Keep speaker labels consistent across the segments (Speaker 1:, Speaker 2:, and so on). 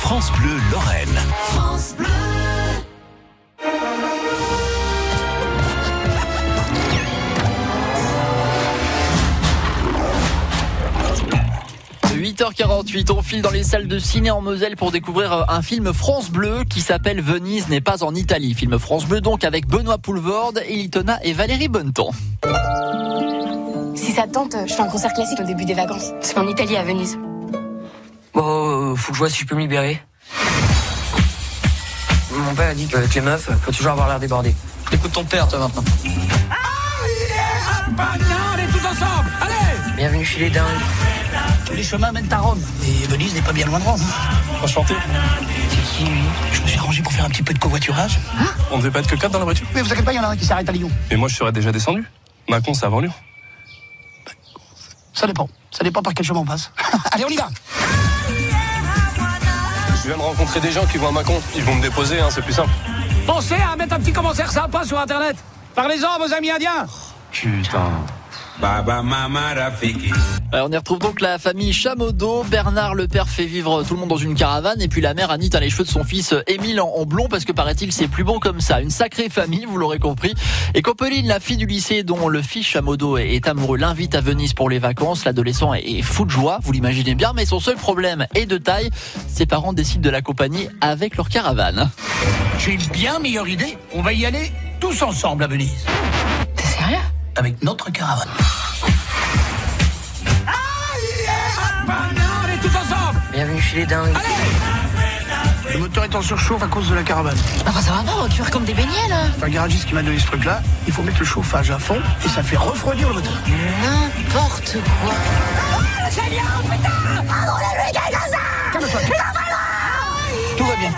Speaker 1: France Bleu Lorraine.
Speaker 2: France Bleu.
Speaker 3: De 8h48, on file dans les salles de ciné en Moselle pour découvrir euh, un film France Bleu qui s'appelle Venise n'est pas en Italie. Film France Bleu donc avec Benoît Poulvorde, Elitona et Valérie Bonneton.
Speaker 4: Si ça te tente, je fais un concert classique au début des vacances. C'est en Italie, à Venise.
Speaker 5: Bon, euh, faut que je vois si je peux me libérer. Mon père a dit qu'avec les meufs, faut toujours avoir l'air débordé.
Speaker 3: Écoute ton père toi maintenant.
Speaker 5: Bienvenue chez les dingues.
Speaker 3: Les chemins mènent à Rome.
Speaker 6: Et Venise n'est pas bien loin de Rome.
Speaker 7: Enchanté.
Speaker 6: Je me suis rangé pour faire un petit peu de covoiturage.
Speaker 7: On ne devait pas être que 4 dans la voiture.
Speaker 6: Mais vous inquiétez pas, il y en a un qui s'arrête à Lyon.
Speaker 7: Mais moi, je serais déjà descendu. Macon, c'est avant Lyon.
Speaker 6: Ça dépend. Ça dépend par quel chemin on passe. Allez, on y va
Speaker 7: Je viens de rencontrer des gens qui vont à Macon. Ils vont me déposer, hein, c'est plus simple.
Speaker 8: Pensez à mettre un petit commentaire sympa sur internet. Parlez-en à vos amis indiens.
Speaker 9: Baba Mama Rafiki.
Speaker 3: Euh, on y retrouve donc la famille Chamodo. Bernard, le père, fait vivre tout le monde dans une caravane. Et puis la mère, Annie, a les cheveux de son fils euh, Émile en, en blond parce que paraît-il, c'est plus bon comme ça. Une sacrée famille, vous l'aurez compris. Et Copeline, la fille du lycée dont le fils Chamodo est, est amoureux, l'invite à Venise pour les vacances. L'adolescent est, est fou de joie, vous l'imaginez bien. Mais son seul problème est de taille. Ses parents décident de l'accompagner avec leur caravane.
Speaker 6: J'ai une bien meilleure idée. On va y aller tous ensemble à Venise.
Speaker 4: T'es sérieux
Speaker 6: Avec notre caravane.
Speaker 5: Bienvenue chez les dingues.
Speaker 6: Le moteur est en surchauffe à cause de la caravane.
Speaker 4: Enfin, ça va pas, tu vas comme des beignets, là.
Speaker 6: C'est un garagiste qui m'a donné ce truc-là. Il faut mettre le chauffage à fond et ça fait refroidir le moteur.
Speaker 4: N'importe quoi.
Speaker 6: Tout va bien.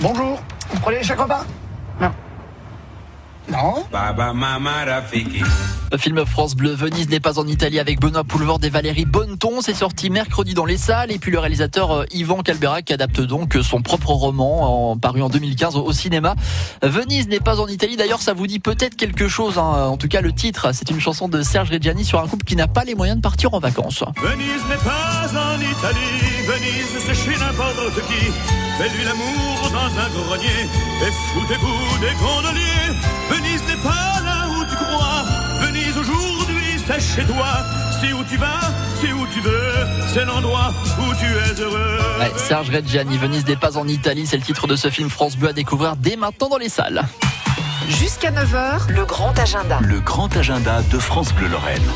Speaker 6: Bonjour. Vous prenez chaque repas Non. Non
Speaker 9: Baba Mama Rafiki.
Speaker 3: Le film France Bleu Venise n'est pas en Italie avec Benoît Poulvord et Valérie Bonneton. C'est sorti mercredi dans les salles. Et puis le réalisateur euh, Yvan Calberac adapte donc euh, son propre roman en, paru en 2015 au, au cinéma. Venise n'est pas en Italie. D'ailleurs, ça vous dit peut-être quelque chose. hein. En tout cas, le titre, c'est une chanson de Serge Reggiani sur un couple qui n'a pas les moyens de partir en vacances.
Speaker 10: Venise n'est pas en Italie, Venise c'est chez n'importe qui. Fais-lui l'amour dans un grenier et foutez-vous des gondoliers. Venise n'est pas là où tu crois, Venise aujourd'hui c'est chez toi. C'est où tu vas, c'est où tu veux, c'est l'endroit où tu es heureux.
Speaker 3: Ouais, Serge Reggiani, Venise n'est pas en Italie. C'est le titre de ce film France Bleu à découvrir dès maintenant dans les salles.
Speaker 11: Jusqu'à 9h, le grand agenda.
Speaker 1: Le grand agenda de France Bleu Lorraine.